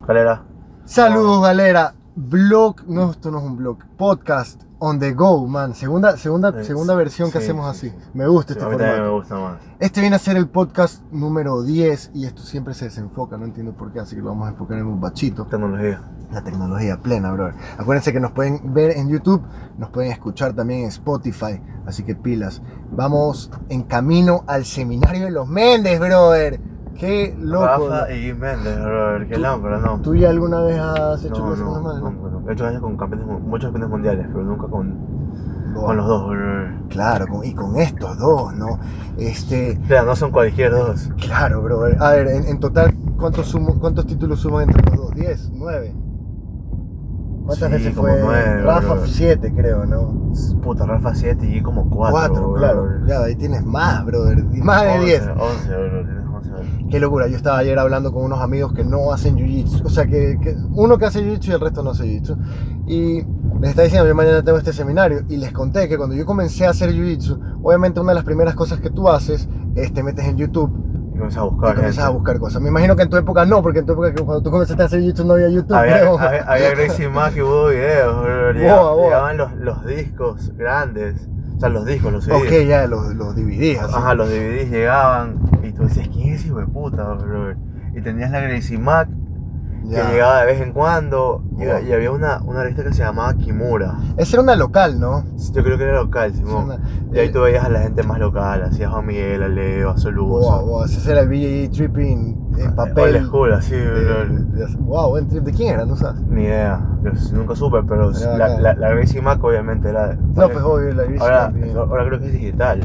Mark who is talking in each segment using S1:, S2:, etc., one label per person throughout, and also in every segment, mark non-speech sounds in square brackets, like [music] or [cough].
S1: Galera.
S2: Saludos, galera. Blog, no, esto no es un blog. Podcast on the go, man. Segunda, segunda,
S1: Eh,
S2: segunda
S1: sí,
S2: versión que
S1: sí,
S2: hacemos
S1: sí,
S2: así.
S1: sí.
S2: Me gusta
S1: Sí,
S2: este
S1: a mí también me
S2: formato.
S1: gusta más.
S2: Este viene a ser el podcast número 10 y esto siempre se desenfoca, no entiendo por qué, así que lo vamos a enfocar en un bachito.
S1: Tecnología.
S2: La tecnología plena, brother. Acuérdense que nos pueden ver en YouTube, nos pueden escuchar también en Spotify, así que pilas. Vamos en camino al seminario de los Méndez, brother. Qué loco.
S1: Rafa eh. y Méndez, brother. Qué
S2: Tú-
S1: lámpara, no.
S2: ¿Tú ya alguna vez has hecho
S1: no,
S2: clases
S1: no,
S2: con los
S1: no,
S2: Méndez?
S1: no. He hecho veces con campeones, mu- muchos campeones mundiales, pero nunca con,
S2: Lo-
S1: con los dos, brother.
S2: Claro, con- y con estos dos, ¿no? Este,
S1: O sea, no son cualquier dos.
S2: claro, brother. A ver, en, en total, ¿cuántos, sumo- ¿cuántos títulos suman entre los dos? ¿10? ¿9? ¿Cuántas
S1: Sí,
S2: veces
S1: como
S2: fue?
S1: nueve,
S2: Rafa
S1: brother.
S2: 7, creo, ¿no?
S1: Puta, Rafa 7 y como 4.
S2: Cuatro, claro. Ya, ahí tienes más, brother. Más de 10.
S1: 11, brother. Tienes 11, brother.
S2: Qué locura. Yo estaba ayer hablando con unos amigos que no hacen jiu-jitsu. O sea, que, que uno que hace jiu-jitsu y el resto no hace jiu-jitsu. Y les estaba diciendo, yo mañana tengo este seminario. Y les conté que cuando yo comencé a hacer jiu-jitsu, obviamente una de las primeras cosas que tú haces es te metes en YouTube
S1: Y comienzas a
S2: y
S1: buscar.
S2: comienzas a
S1: gente.
S2: buscar cosas. Me imagino que en tu época no, porque en tu época que cuando tú comenzaste a hacer jiu-jitsu no había YouTube. [laughs]
S1: Había,
S2: creo.
S1: había, había Gracie Mack y hubo videos, brother. Llega-
S2: Boa, boa.
S1: Llegaban los, los discos grandes. O sea, los discos, los CDs.
S2: ok, ya los, los dividías. así.
S1: Ajá, los DVDs llegaban y tú decías, ¿quién es hijo de puta, brother? Y tenías la Gracie Mac
S2: Ya.
S1: que llegaba de vez en cuando y,
S2: Wow.
S1: y había una, una revista que se llamaba Kimura.
S2: Esa era una local, ¿no?
S1: Yo creo que era local, Simón.
S2: Esa era eh,
S1: Y ahí tú veías a la gente más local, así a Juan Miguel, a Leo, a Solubosa.
S2: Wow, wow, ese era el BJJ Tripping en papel.
S1: Ah,
S2: Eh,
S1: Old school, así, brother.
S2: de- de- wow, buen trip. ¿De quién era? ¿No sabes?
S1: Ni idea, yo s- nunca supe, pero s-
S2: Era
S1: la,
S2: bacán.
S1: la, la Gracie Mac obviamente era... de-
S2: No, pues obvio, la Gracie
S1: ahora,
S2: Mac, bien.
S1: ahora creo que es digital,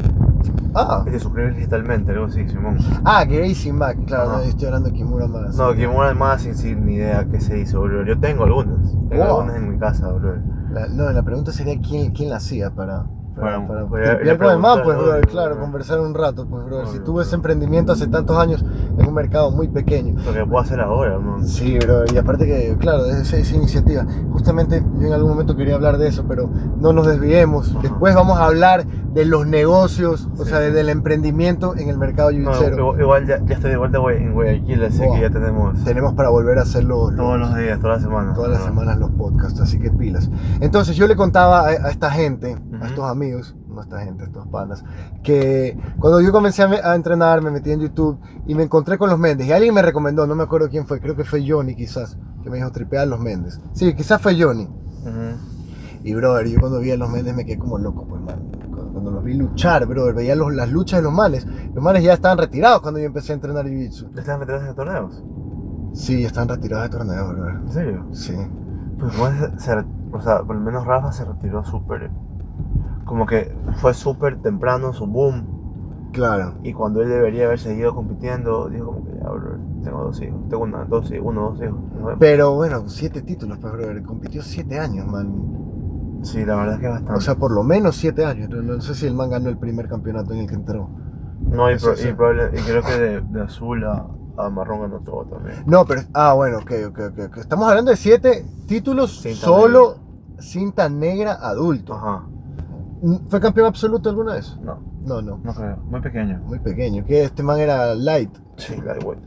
S2: Ah,
S1: que te suscribes digitalmente, algo así, Simón.
S2: ah, Gracie Mac, claro,
S1: Ajá.
S2: no, yo estoy hablando de Kimura más.
S1: No, Kimura más sin, sin ni idea qué se hizo, boludo. Yo tengo algunas. Tengo
S2: Wow.
S1: algunas en mi casa, boludo.
S2: La, no, la pregunta sería quién, quién la hacía para. Para,
S1: Bueno,
S2: para
S1: pues,
S2: tripear
S1: le
S2: con el man, pues,
S1: preguntaron,
S2: brother,
S1: obvio,
S2: claro,
S1: obvio.
S2: conversar un rato, pues, brother. Si
S1: eh, Obvio,
S2: tuve ese
S1: obvio.
S2: emprendimiento hace tantos años en un mercado muy pequeño.
S1: Lo que puedo hacer ahora, man.
S2: Sí, brother, y aparte que, claro, es esa, esa iniciativa. Justamente yo en algún momento quería hablar de eso, pero no nos desviemos.
S1: Ajá.
S2: Después vamos a hablar de los negocios, o
S1: Sí,
S2: sea, de-
S1: sí.
S2: del emprendimiento en el mercado
S1: No,
S2: yuyicero.
S1: igual, igual ya, ya estoy de vuelta güey, en Guayaquil, así
S2: Wow.
S1: que ya tenemos
S2: Tenemos para volver a hacerlo
S1: todos los días, todas las semanas.
S2: todas las
S1: ¿no?
S2: semanas los podcasts, así que pilas. Entonces yo le contaba a, a esta gente,
S1: Ujú.
S2: a estos amigos, no a esta gente, a estos panas, que cuando yo comencé a, me- a entrenar, me metí en YouTube y me encontré con los Méndez. Y alguien me recomendó, no me acuerdo quién fue, creo que fue Johnny quizás, que me dijo tripear los Méndez. Sí, quizás fue Johnny.
S1: Ujú.
S2: Y brother, yo cuando vi a los Méndez me quedé como loco, pues man. Cuando, cuando los vi luchar, brother, veía los- las luchas de los manes. Los manes ya estaban retirados cuando yo empecé a entrenar Jiu-Jitsu.
S1: ¿Ya estás metidas en torneos?
S2: Sí, ya estaban retirados de torneos, brother.
S1: ¿En serio?
S2: Sí.
S1: Pues igual se, se re- o sea, por lo menos Rafa se retiró súper. Como que fue súper temprano su boom.
S2: Claro.
S1: Y cuando él debería haber seguido compitiendo, dijo como que ya, bro, tengo dos hijos. Tengo una, dos hijos, uno, dos hijos. Nos vemos.
S2: Pero bueno, siete títulos, pues, brother. Compitió siete años, man.
S1: Sí, la verdad es que es bastante.
S2: O sea, por lo menos siete años. No, no sé si el man ganó el primer campeonato en el que entró.
S1: No, y,
S2: Eso
S1: pro-
S2: sí.
S1: y probable- y creo que de, de azul a, a marrón ganó todo también.
S2: No, pero. Ah, bueno, ok, ok, ok. ok. Estamos hablando de siete títulos
S1: Cinta
S2: solo cinta negra adulto. Mm,
S1: Ajá.
S2: ¿Fue campeón absoluto alguna vez?
S1: No,
S2: No, no.
S1: no creo. Muy pequeño.
S2: Muy pequeño. Que este man era light.
S1: Sí, lightweight.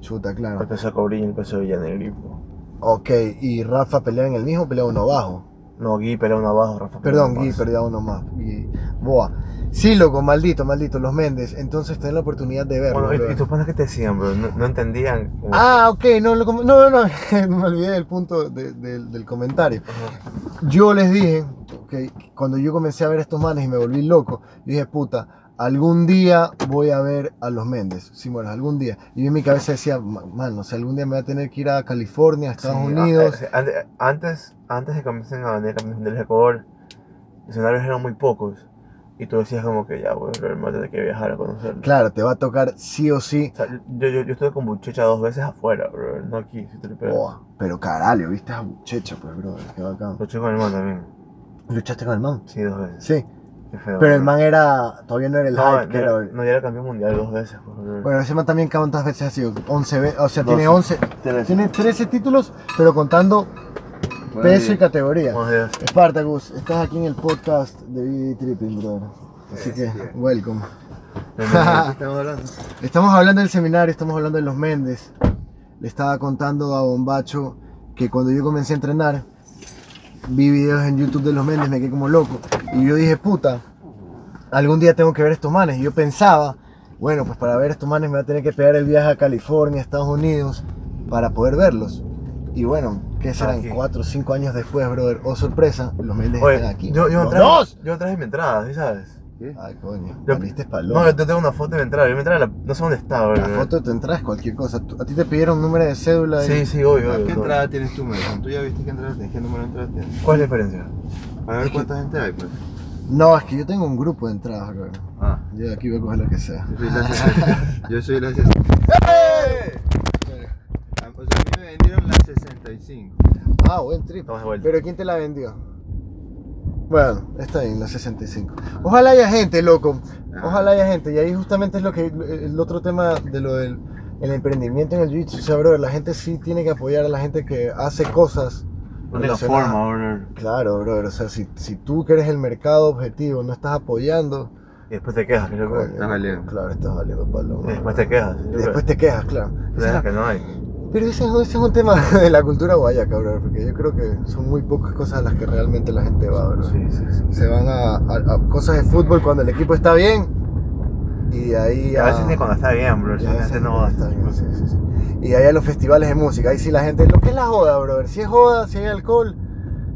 S2: Chuta,
S1: El
S2: claro.
S1: peso Cobrín, el peso Villanegrifo.
S2: Ok, ¿y Rafa pelea en el mismo o pelea uno abajo?
S1: No, Gui pelea uno abajo, Rafa. pelea
S2: Perdón,
S1: uno
S2: Gui,
S1: más.
S2: perdí a uno más. Gui. Boa. Sí, loco, maldito, maldito, los Méndez. Entonces tenés la oportunidad de verlo.
S1: Bueno, y,
S2: brother.
S1: y tus panas que te decían, bro, no, no entendían. como-
S2: Ah, ok, no, lo com- no, [laughs] no, no, me olvidé del punto de- del- del comentario.
S1: Ajá.
S2: Yo les dije, que cuando yo comencé a ver a estos manes y me volví loco, dije, puta, algún día voy a ver a los Méndez, si mueres, algún día. Y yo en mi cabeza decía, "Ma- man, no sé, algún día me voy a tener que ir a California, a Estados
S1: Sí,
S2: Unidos.
S1: a- a- ante- antes, antes de que comiencen a venir campeones del Ecuador, los escenarios eran muy pocos. Y tú decías como que ya, bro, me voy a tener que viajar a conocerlo.
S2: Claro, te va a tocar sí o sí.
S1: O sea, yo, yo, yo estuve con Buchecha dos veces afuera, bro, no aquí, si te lo pegas.
S2: Boa, pero carajo, viste a Buchecha, pues, bro, qué bacán.
S1: Luché con el man también.
S2: ¿Luchaste con el man?
S1: Sí, dos veces.
S2: Sí,
S1: Qué feo.
S2: pero el
S1: bro.
S2: man era, todavía no era el
S1: No,
S2: hype
S1: no,
S2: que era
S1: era- no, ya era campeón mundial dos veces. pues, bro.
S2: Bueno, ese man también cuántas veces ha sido, 11 veces, o sea, tiene 11,
S1: Doce. Tres.
S2: tiene 13 títulos, pero contando
S1: Bueno,
S2: peso y
S1: y-
S2: categoría.
S1: Buenos días.
S2: Spartacus, estás aquí en el podcast de BD Tripping, brother. Así que, welcome. [laughs] Este
S1: Bienvenido. ¿Qué estamos hablando?
S2: Estamos hablando del seminario, estamos hablando de los Méndez. le estaba contando a Bombacho que cuando yo comencé a entrenar, vi videos en YouTube de los Méndez, me quedé como loco. Y yo dije, puta, algún día tengo que ver estos manes. Y yo pensaba, bueno, pues para ver estos manes me voy a tener que pegar el viaje a California, Estados Unidos, para poder verlos. Y bueno, ¿qué serán?
S1: Aquí.
S2: Cuatro o cinco años después, brother. Oh, sorpresa, los Méndez
S1: Oye,
S2: están aquí.
S1: yo, yo,
S2: ¡Los
S1: traje,
S2: dos!
S1: yo traje mi entrada, ¿sí sabes?
S2: Ay, coño,
S1: Yo-
S2: viste
S1: No, yo tengo una foto de mi entrada. Yo mi entrada la- no sé dónde está,
S2: La
S1: ¿verdad?
S2: foto te entras cualquier cosa. Tú- A ti te pidieron número de cédula. y-
S1: Sí, sí, obvio,
S3: ¿Qué
S1: obvio. obvio.
S3: entrada tienes tú, Merson? Tú ya viste qué entrada tienes, qué número de entradas tienes.
S1: ¿Cuál es la diferencia?
S3: Para ver cuánta gente hay, pues.
S2: No, es que yo tengo un grupo de entradas, bro.
S3: Ah,
S2: Yo de aquí voy a coger lo que sea.
S3: yo soy la Yo soy la A- O sea, a mí me vendieron la 65.
S2: Ah, buen trip.
S1: Estamos de vuelta.
S2: Pero ¿quién te la vendió? Bueno, está bien, la 65. Ojalá haya gente, loco.
S1: Ah.
S2: Ojalá haya gente. Y ahí justamente es lo que el otro tema de lo del el emprendimiento en el jiu-jitsu. O sea, bro, la gente sí tiene que apoyar a la gente que hace cosas.
S1: No tengo
S2: relacionadas.
S1: forma, brother.
S2: Claro, bro. O sea, si, si tú que eres el mercado objetivo no estás apoyando,
S1: Y después te quejas, creo que.
S2: coño,
S3: valiendo.
S2: Claro, estás valiendo paloma.
S1: Y después te quejas.
S2: Y después te quejas, claro. Esa es
S1: Dejas
S2: la-
S1: que no hay.
S2: Pero ese es, ese es un tema [laughs] de la cultura guayaca, bro, porque yo creo que son muy pocas cosas a las que realmente la gente va, bro.
S1: Sí, sí, sí.
S2: Se van a, a- a cosas de fútbol cuando el equipo está bien y de ahí
S1: Y a veces ni cuando está bien, bro.
S2: y
S1: Si
S2: a
S1: la
S2: veces
S1: gente no
S2: cuando
S1: va
S2: está bien, sí, sí, sí. Y ahí a los festivales de música, ahí sí la gente, lo que es la joda, bro, si es joda, si hay alcohol,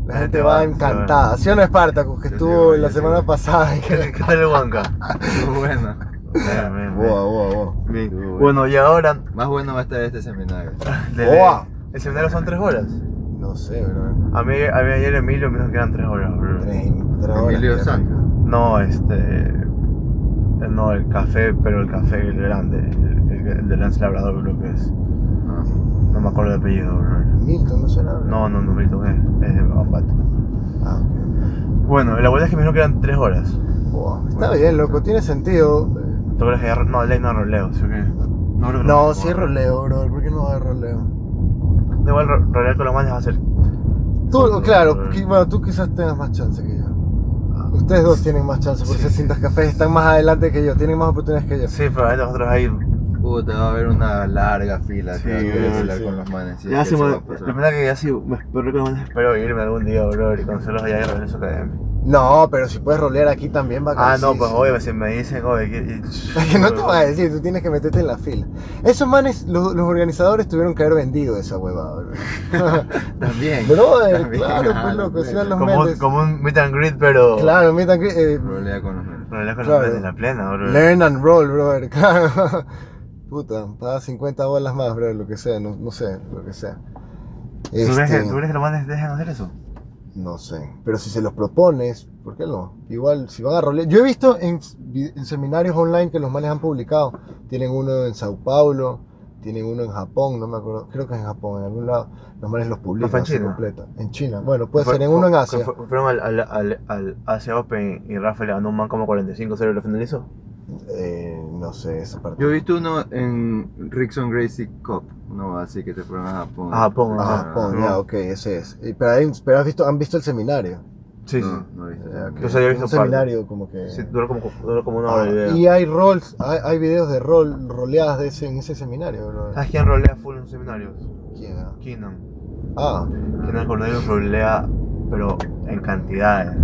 S2: la, gente, va encantada. ¿Sí o no, Espartacus, que
S3: Yo
S2: estuvo
S3: sí, yo
S2: la
S3: sí.
S2: semana pasada?
S1: [laughs]
S2: y
S1: [laughs]
S2: que-
S1: ¿Qué qué tal el Huanca?
S2: [laughs]
S3: Muy [laughs] buena.
S1: Bien, bien, bien.
S2: Boa, boa, boa.
S1: Bien.
S3: Estuvo
S1: Bueno, y ahora.
S3: Más bueno va a estar este seminario.
S1: desde-
S2: Boa.
S1: El seminario son tres horas.
S2: No sé, bro.
S1: A mí, a mí ayer Emilio me dijo que eran tres horas, bro.
S2: Tres, tres horas.
S3: Emilio
S2: qué
S3: Santos.
S2: rico.
S1: No, este. eh, No, el café, pero el café el grande, el, el, el de Lance Labrador, creo que es. No me acuerdo el apellido, bro.
S2: Milton, ¿no será? bro?
S1: No, no, no, Milton, eh, es, es de Guanajuato.
S2: Ah, ok.
S1: Bueno, la vuelta es que me dijeron que eran tres horas.
S2: Wow, está bien, loco, tiene sentido.
S1: ¿Tú crees que ya ro- No, ley no es roleo, ¿sí o qué? No, creo que
S2: No, sí es roleo, bro. ¿Por qué no va a haber roleo?
S1: No, Igual ro- rolear con los manes va a ser.
S2: Tú, claro, qui- bueno, tú quizás tengas más chance que yo. Ustedes dos tienen más chance por
S1: Sí,
S2: ser
S1: sí.
S2: cintas cafés, están más adelante que yo, tienen más oportunidades que yo.
S1: Sí, pero ahí nosotros ahí.
S3: Puta, va a haber una larga fila.
S1: Sí,
S3: te voy a
S1: sí,
S3: hablar
S2: sí.
S3: con los manes. si es
S1: Ya
S3: que
S1: sí,
S3: eso
S1: me-
S3: va a
S1: la
S3: pasar.
S1: verdad que ya sí, me espero que los manes- espero irme algún día, bro, y conocerlos allá y regreso a academia.
S2: No, pero si puedes rolear aquí también, bacán.
S1: Ah, no,
S2: sí,
S1: pues
S2: sí.
S1: oye, si me dicen, oye, que. y-
S2: [laughs] Que no te vas a decir, tú tienes que meterte en la fila. Esos manes, los, los organizadores tuvieron que haber vendido esa huevada, bro.
S1: [laughs]
S2: [laughs]
S3: También.
S2: Brother,
S3: También,
S2: claro,
S3: ah,
S2: pues loco,
S3: los
S2: si eran los
S1: Como, un-
S2: Mendes.
S1: como un meet and greet, pero.
S2: Claro, mira, eh,
S3: Rolea con los manes.
S1: Rolear con
S2: Claro.
S1: los manes en la plena, bro.
S2: Learn and roll, brother, [laughs] claro. Puta, paga 50 bolas más, brother, lo que sea, no, no sé, lo que sea.
S1: ¿Tú crees, que,
S2: Este,
S1: ¿Tú crees que los manes dejan hacer eso?
S2: No sé, pero si se los propones, ¿por qué no? Igual, si van a rolear. Yo he visto en, vi- en seminarios online que los manes han publicado. Tienen uno en Sao Paulo, tienen uno en Japón, no me acuerdo, creo que es en Japón, en algún lado. Los manes los publican,
S1: fue en
S2: se
S1: China?
S2: completa. En China, bueno, puede
S1: Fue-
S2: ser en
S1: fue-
S2: Pues uno en
S1: que
S2: Asia.
S1: fue- Fueron al, al, al, al Asia Open y Rafa le ganó un man como 45-0 y lo finalizó.
S2: Eh, no sé, esa parte.
S3: Yo he visto uno en Rickson Gracie Cup. No, así que te fueron a Japón.
S1: A Japón,
S2: Ah,
S1: ajá.
S2: Japón,
S1: no.
S2: ya, ok, ese es. Y, Pero, hay- pero has visto, han visto el seminario.
S1: Sí,
S3: no,
S1: sí.
S3: no he visto.
S2: Ya, ok.
S1: Yo sé, yo he
S2: Es
S1: visto
S2: un
S1: parte.
S2: seminario como que.
S1: Ah. Sí, duró como, duró como una hora
S2: Ah,
S1: el video.
S2: y hay rolls, hay, hay videos de rol, roleadas de ese, en ese seminario, bro.
S1: ¿Sabes quién rolea full en los seminarios?
S2: ¿Quién? ah?
S1: Keenan.
S2: Ah,
S1: Keenan Cordero rolea, pero en cantidades.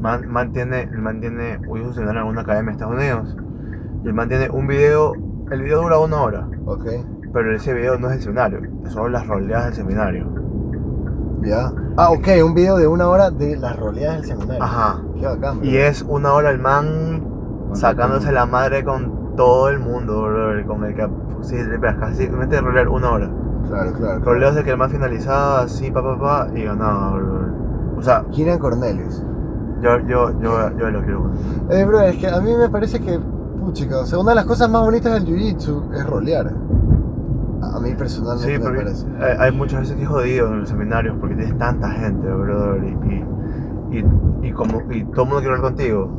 S1: Man, man tiene, el man tiene, hoy hizo un seminario en una academia de Estados Unidos. Y el man tiene un video, el video dura una hora,
S2: ok,
S1: pero ese video no es el seminario, son las roleadas del seminario.
S2: ya. Ah, ok, un video de una hora de las roleadas del seminario.
S1: Ajá.
S2: Qué bacán. bro.
S1: Y es una hora el man sacándose la madre con todo el mundo, brother, con el que sí, pero casi mete rolear una hora.
S2: Claro, claro. claro.
S1: Roleos de que el más finalizaba así, pa pa pa y ganaba, brother. O sea,
S2: Kieran Cornelius.
S1: yo, yo, yo, yo lo quiero conocer.
S2: Eh, bro, es que a mí me parece que, puchica, o sea, una de las cosas más bonitas del jiu-jitsu es rolear. A a mí personalmente
S1: Sí,
S2: me
S1: pero
S2: parece.
S1: hay, hay muchas veces que es jodido en los seminarios porque tienes tanta gente, brother, y, y, y, y como, y todo el mundo quiere hablar contigo.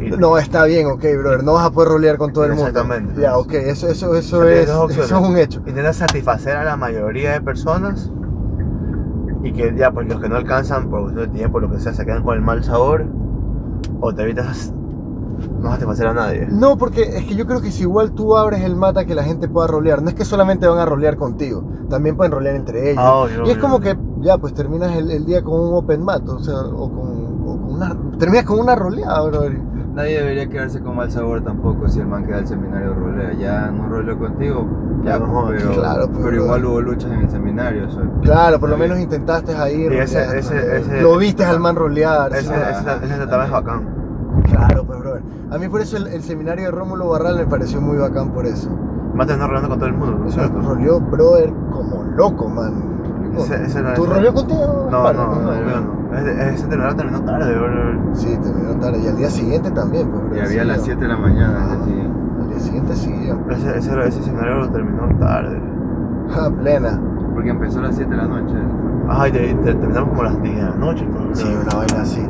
S1: Y,
S2: No, está bien, ok, brother. No vas a poder rolear con todo el mundo.
S1: Exactamente.
S2: Ya, ok, eso, eso,
S1: O
S2: eso,
S1: sea, tienes
S2: es,
S1: dos
S2: [laughs] eso
S1: opciones.
S2: es un hecho.
S1: Intenta satisfacer a la mayoría de personas y que ya, porque los que no alcanzan por cuestión de tiempo, lo que sea, se quedan con el mal sabor o te evitas no satisfacer a nadie.
S2: No, porque es que yo creo que si igual tú abres el mata que la gente pueda rolear, no es que solamente van a rolear contigo, también pueden rolear entre ellos.
S1: Ah, obvio,
S2: y es
S1: obvio,
S2: como
S1: obvio.
S2: que ya, pues terminas el, el día con un open mat, o sea, o con, o con una. Terminas con una roleada, brother.
S3: Nadie debería quedarse con mal sabor tampoco si el man queda al seminario rolea. Ya no roleo contigo, ya,
S1: No,
S3: pero,
S2: claro,
S3: pero,
S2: pero-
S3: igual hubo luchas en el seminario. o sea,
S2: Claro, por lo
S3: Está
S2: menos intentaste ahí.
S1: Y ese-
S2: rolear,
S1: ese-
S2: brother.
S1: ese-
S2: lo viste al man rolear.
S1: Ese,
S2: ¿sabes?
S3: Ajá,
S1: ese, ese,
S3: también.
S1: tratado es bacán.
S2: Claro, pues, brother. A mí por eso el, el seminario de Rómulo Barral me pareció muy bacán por eso.
S1: Más terminar rodeando con todo el mundo, ¿no
S2: O
S1: es
S2: sea,
S1: cierto?
S2: roleó, brother, como loco, man.
S1: Ese, ese era-
S2: ¿Tú
S1: ese-
S2: roleó contigo? pues,
S1: No,
S2: Para,
S1: no, no, yo no. Ese, ese terminado terminó tarde, bro.
S2: Sí, terminó tarde. Y al día siguiente también, pues,
S3: Y
S2: brother.
S3: había a
S2: sí,
S3: las
S2: no.
S3: 7 de la mañana. es decir,
S2: Al día siguiente siguió. [laughs]
S1: Ese, ese, ese seminario lo terminó tarde.
S2: Ja, plena.
S3: porque empezó a las 7 de la noche.
S1: Ay, te, te- terminamos como a las 10 de la noche, pues, bro.
S2: Sí, una vaina así.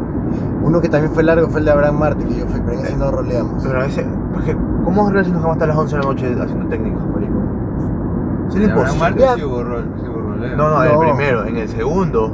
S2: Uno que también fue largo fue el de Abraham Martí, que yo fui, pero en ese no roleamos.
S1: Pero a veces, porque, ¿cómo es si nos vamos hasta las 11 de la noche haciendo técnicas, marico? Sería
S3: La verdad,
S1: imposible.
S3: Marte
S2: Ya.
S3: sí hubo rol- sí hubo roleo.
S1: No, no, el
S2: No.
S1: primero. En el segundo,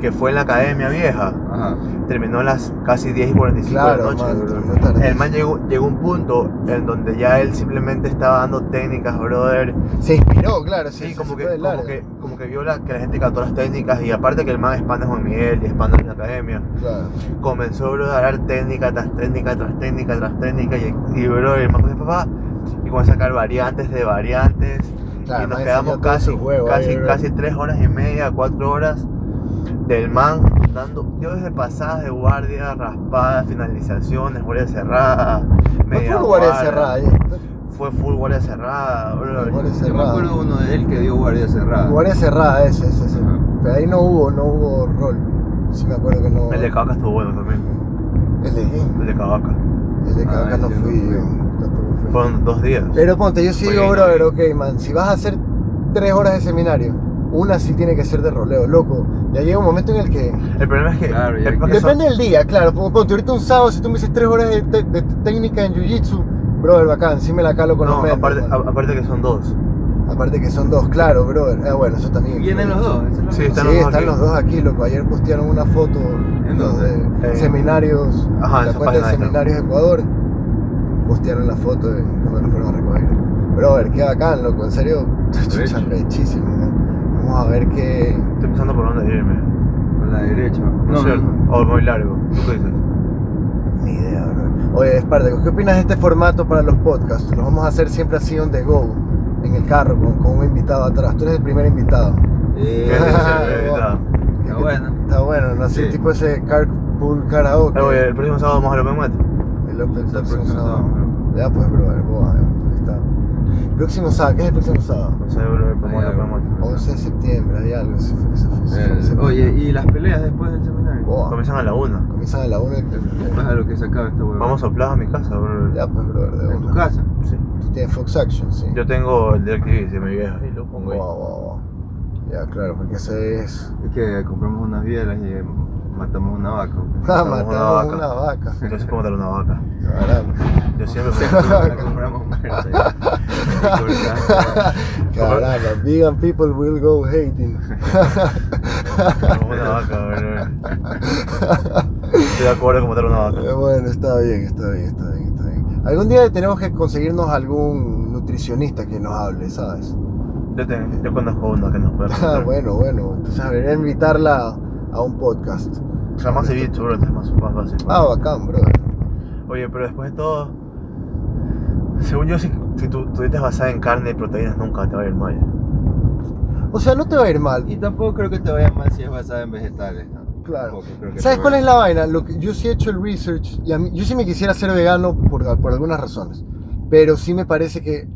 S1: que fue en la Academia Vieja,
S3: Ajá.
S1: terminó a las casi 10 y 45
S2: Claro,
S1: de la noche.
S2: man,
S1: bro.
S2: terminó tarde.
S1: El man llegó, llegó a un punto en donde ya él simplemente estaba dando técnicas, brother.
S2: Se inspiró, claro,
S1: Sí,
S2: sí, sí,
S1: como,
S2: sí,
S1: que,
S2: fue de
S1: como,
S2: largo.
S1: que, como que vio la, que la gente cantó las técnicas y aparte que el man expande Juan Miguel y expande en la academia.
S2: Claro.
S1: Comenzó bro, a dar técnica tras técnica tras técnica tras técnica y, y bro, el man con su papá y comenzó a sacar variantes de variantes
S2: Claro,
S1: y nos
S2: man,
S1: quedamos
S2: enseñó todo
S1: casi,
S2: su juego ahí,
S1: casi,
S2: bro.
S1: casi tres horas y media, cuatro horas del man dando, yo desde pasadas de guardia, raspadas, finalizaciones, guardia cerrada,
S2: No
S1: media
S2: fue un lugar
S1: guardia.
S2: encerrado,
S1: Fue full guardia cerrada, bro.
S2: lugar
S3: Yo me acuerdo
S2: encerrado.
S3: uno de él que dio guardia cerrada.
S2: Lugar encerrado ese, ese, ese.
S3: Ajá.
S2: Pero ahí no hubo, no hubo rol. Sí me acuerdo que no.
S1: El de Cabaca estuvo bueno también,
S2: El de,
S1: el de Cabaca.
S2: el de
S3: Ah,
S2: Caracas no
S3: ese no
S2: fui,
S3: fui.
S2: yo, tampoco fui.
S1: Fueron dos días.
S2: Pero ponte, yo sí digo,
S3: Bueno,
S2: brother, ok, man, si vas a hacer tres horas de seminario, una sí tiene que ser de roleo, loco. Ya llega un momento en el que...
S1: El problema es que.
S3: Claro, ya
S1: el problema es que son-
S2: Depende del día, claro. Pon- Ponte, ahorita un sábado, si tú me dices tres horas de, te- de técnica en Jiu-Jitsu, brother, bacán, sí me la calo con
S1: no,
S2: los medios.
S1: aparte,
S2: man.
S1: a- aparte que son dos.
S2: Aparte que son dos, claro, brother. Ah, bueno, eso también...
S3: Y Vienen los dos. esa es la
S1: Sí,
S3: cosa.
S1: están los dos
S2: sí, están
S1: aquí.
S2: los dos aquí, loco. Ayer postearon una foto los de
S1: Eh,
S2: seminarios,
S1: ajá, en
S2: la
S1: su página
S2: cuenta
S1: ahí
S2: de
S1: está.
S2: seminarios de Ecuador. Postearon la foto de cuando la fueron a recoger. Brother, qué bacán, loco, en
S1: [laughs]
S2: serio. Chucha,
S3: Arrecho.
S2: rechísimo, man. Vamos a ver qué.
S1: Estoy pensando por dónde irme.
S3: A la derecha.
S1: No,
S3: No,
S1: es
S3: no,
S1: cierto. [laughs]
S3: no.
S1: O muy largo. ¿Tú qué
S2: [laughs]
S1: dices?
S2: Ni idea, bro. Oye, Espartaco, ¿qué opinas de este formato para los podcasts? Los vamos a hacer siempre así on the go, en el carro, con, con un invitado atrás. Tú eres el primer invitado.
S1: ¿Qué
S3: Eh,
S1: dices?
S2: Ah,
S1: Eh,
S2: bueno.
S1: nada.
S3: Está bueno.
S2: Está bueno, ¿no? Así
S3: Sí.
S2: tipo ese carpool karaoke.
S1: Eh, oye, el próximo sábado vamos a lo mate.
S2: El Open
S3: Está el
S2: próximo
S3: próximo
S2: sábado.
S3: sábado, bro.
S2: Ya pues, bro, a ver, vos, a ver, ahí está. Próximo sábado, ¿qué es el próximo sábado?
S1: No sé, bro, vamos a
S3: Ahí,
S1: lo
S3: bro.
S1: mate.
S2: 11 de septiembre, hay algo. sí, fue- eso fue- eso fue- eso
S3: Eh,
S2: fue-
S3: Oye, ¿y las peleas después del seminario?
S2: Boa,
S1: Comienzan a la una.
S2: comienzan a la 1
S3: Después de lo que se acaba esta huevada.
S1: Vamos soplados a mi casa, bro.
S2: Ya pues, bro, de
S3: En tu
S2: una.
S3: casa.
S1: Sí.
S2: Tú tienes Fox Action, sí.
S1: Yo tengo el DirecTV de mi vieja y lo pongo
S2: Boa,
S1: ahí.
S2: boa, boa. Ya, claro, porque ese es.
S3: Es que compramos unas bielas y eh, matamos una
S1: [laughs]
S3: vaca. güey.
S2: Ah,
S1: Matamos una
S2: matamos
S1: vaca.
S2: una vaca.
S1: Entonces, ¿cómo tal una vaca?
S2: Caramba.
S1: Yo siempre
S2: [laughs]
S3: La compramos muerta. ya.
S2: Caramba, vegan people will go hating.
S1: como una vaca, bro. Estoy de acuerdo con matar una vaca.
S2: Eh, [laughs] Bueno, está bien, está bien, está bien, está bien. Algún día tenemos que conseguirnos algún nutricionista que nos hable, ¿sabes?
S1: Yo, tengo, yo conozco uno que nos puede
S2: [laughs] Ah,
S1: contar.
S2: bueno, bueno. Entonces debería invitarla a un podcast.
S1: O sea, más ceviche, bro, es más, más fácil.
S2: Ah, bacán, bro.
S1: Oye, pero después de todo, según yo, si, si tu, tu dieta es basada en carne y proteínas, nunca te va a ir mal.
S2: O sea, no te va a ir mal.
S3: Y tampoco creo que te vaya mal si es basada en vegetales. ¿no?
S2: Claro.
S3: Tampoco creo que
S2: ¿Sabes
S3: te
S2: cuál
S3: vaya
S2: es la vaina? Lo que, yo sí he hecho el research y a mí- yo sí me quisiera ser vegano por, por algunas razones, pero sí me parece que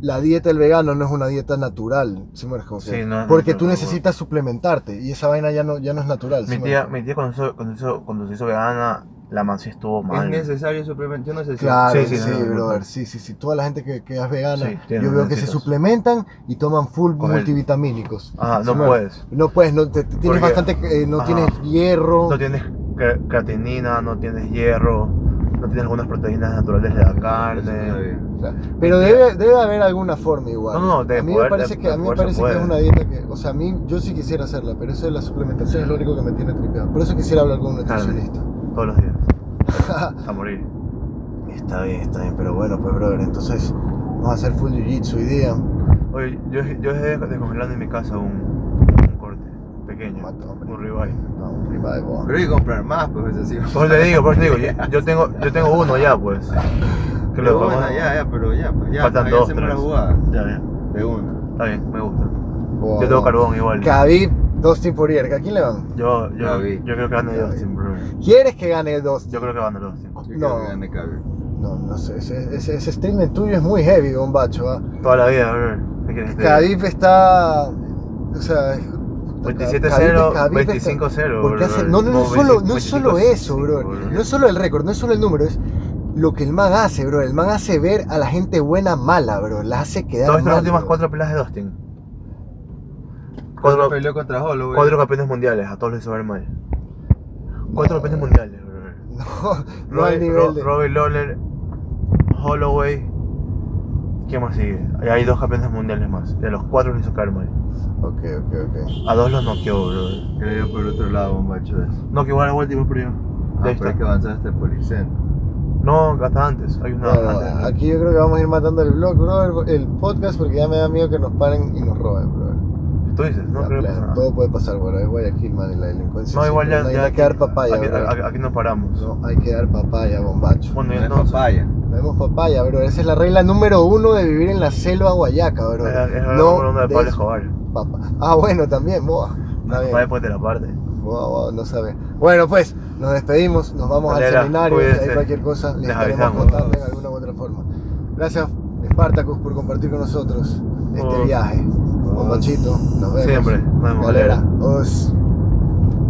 S2: la dieta del vegano no es una dieta natural, ¿sí me refiero?
S1: Sí, no, no,
S2: porque
S1: no,
S2: tú
S1: no, no.
S2: necesitas suplementarte y esa vaina ya no, ya no es natural. ¿sí
S1: Mi
S2: me
S1: tía,
S2: refiero?
S1: mi tía cuando, se hizo, cuando, se hizo, cuando se hizo vegana, la man sí estuvo
S3: Es
S1: mal.
S3: necesario suplemento. Yo no sé si.
S2: Claro, sí,
S1: Sí, sí, no, no, no.
S2: brother, sí, sí, sí, toda la gente que, que es vegana,
S1: Sí, tiene
S2: yo veo que se
S1: necesitas.
S2: suplementan y toman full
S1: Con el-
S2: multivitamínicos.
S1: Ah,
S2: ¿sí
S1: no
S2: me refiero?
S1: puedes.
S2: No puedes, no, te- te
S1: Porque-
S2: tienes bastante, eh, no
S1: Ajá.
S2: tienes hierro.
S1: No tienes cre- creatinina, no tienes hierro, no tienes algunas proteínas naturales de la carne.
S2: O sea, Pero debe, debe haber alguna forma igual.
S1: No, no, no, de
S2: a mí me
S1: poder-
S2: parece,
S1: de-
S2: que, a
S1: de
S2: mí me
S1: poder se
S2: parece que
S1: puede.
S2: es una dieta que, o sea, a mí yo sí quisiera hacerla, pero eso de la suplementación es lo único que me tiene tripeado. Por eso quisiera hablar con un
S1: Claro.
S2: nutricionista.
S1: Todos los días.
S2: [laughs]
S1: A morir.
S2: Está bien, está bien, pero bueno, pues brother, entonces vamos a hacer full jiu-jitsu hoy día.
S1: Oye, yo, yo dejé descongelando en mi casa un, un corte pequeño,
S2: Mato, hombre.
S1: un ribeye.
S2: No, un ribeye, bo.
S3: Pero hay que comprar más, pues, así.
S1: Por eso te digo, por eso te digo, yo, yo tengo, yo tengo uno ya, pues. Que
S3: Pero
S1: lo
S3: bueno,
S1: vamos a-
S3: ya, ya, pero ya, pues ya.
S1: Faltan
S3: pues, ya
S1: dos,
S3: hacemos la
S1: tres.
S3: jugada.
S1: Ya, ya.
S3: De una.
S1: Está bien, me gusta.
S2: Bo,
S1: Yo tengo
S2: bo.
S1: carbón igual.
S2: Khabib, dos tipos ¿A quién le van?
S1: Yo,
S3: Ya
S1: yo,
S3: vi.
S1: yo creo que gana
S2: Ya
S1: Dustin, bro.
S2: ¿Quieres que gane el dos?
S1: Yo creo que gana Dustin.
S3: Yo
S2: No.
S3: creo que gane Khabib.
S2: No, no sé. Ese, ese, ese statement tuyo es muy heavy, bombacho. ¿ah?
S1: Toda la vida, bro. ¿Qué quieres que este, te diga?
S2: Khabib está. O sea. es- Khabib-
S1: 27-0,
S2: Khabib está-
S1: 25-0. bro,
S2: Porque hace-
S1: bro.
S2: no, no, no, solo, no es solo
S1: 25-5,
S2: eso, bro.
S1: bro.
S2: No es solo el récord, no es solo el número, es lo que el man hace, bro. El man hace ver a la gente buena mala, bro. La hace quedar
S1: Todas estas
S2: mal,
S1: últimas
S2: bro.
S1: cuatro peleas de Dustin.
S3: Cuatro
S1: Cuatro,
S3: peleó contra Holloway.
S1: cuatro campeones mundiales, a todos les hizo ver mal. Cuatro campeones mundiales, bro.
S2: [laughs] No, no al
S1: Robbie,
S2: nivel de...
S1: Robbie Lawler, Holloway. ¿Qué más sigue? Ahí Hay dos campeones mundiales más. De los cuatro les hizo caer mal.
S2: Ok, ok, ok.
S1: A dos los noqueó, bro.
S3: Que le dio por otro lado, bombacho. Eso.
S1: No, que igual la vuelta y va por allá.
S3: Ah,
S1: Ahí
S3: pero
S1: está.
S3: hay que avanzar hasta el Policentro.
S1: No, hasta antes. Hay una
S2: Bueno,
S1: antes.
S2: aquí yo creo que vamos a ir matando el blog, bro, el, el podcast, porque ya me da miedo que nos paren y nos roben, bro.
S1: Tú dices, no
S2: Ya,
S1: creo que
S2: claro,
S1: pase nada.
S2: Todo puede pasar, bro. Es Guayaquil, man, y la delincuencia.
S1: No, igual
S2: siempre,
S1: ya.
S2: no hay,
S1: ya
S2: no hay que dar papaya,
S1: aquí,
S2: bro.
S1: aquí, aquí nos paramos.
S2: No, hay que dar papaya, bombacho.
S1: Bueno,
S3: No
S1: y
S3: es
S1: entonces.
S3: papaya.
S2: Vemos papaya, bro. Esa es la regla número uno de vivir en la selva guayaca, bro.
S1: Es la- es la
S2: no
S1: columna de
S2: des
S1: Pablo Escobar.
S2: papa. Ah, bueno, también, boa. Está bien.
S1: Va después de la parte.
S2: Boa, boa, no sabe. Bueno, pues, nos despedimos, nos vamos al
S1: Galera,
S2: seminario. Si
S1: cuídense.
S2: hay cualquier cosa, les
S1: Les
S2: estaremos
S1: avisamos.
S2: contando de alguna u otra forma. Gracias, Spartacus, por compartir con nosotros este
S1: Oh.
S2: viaje. Un
S3: Oh.
S2: nos vemos.
S1: Siempre. Nos vemos.
S2: Galera, os.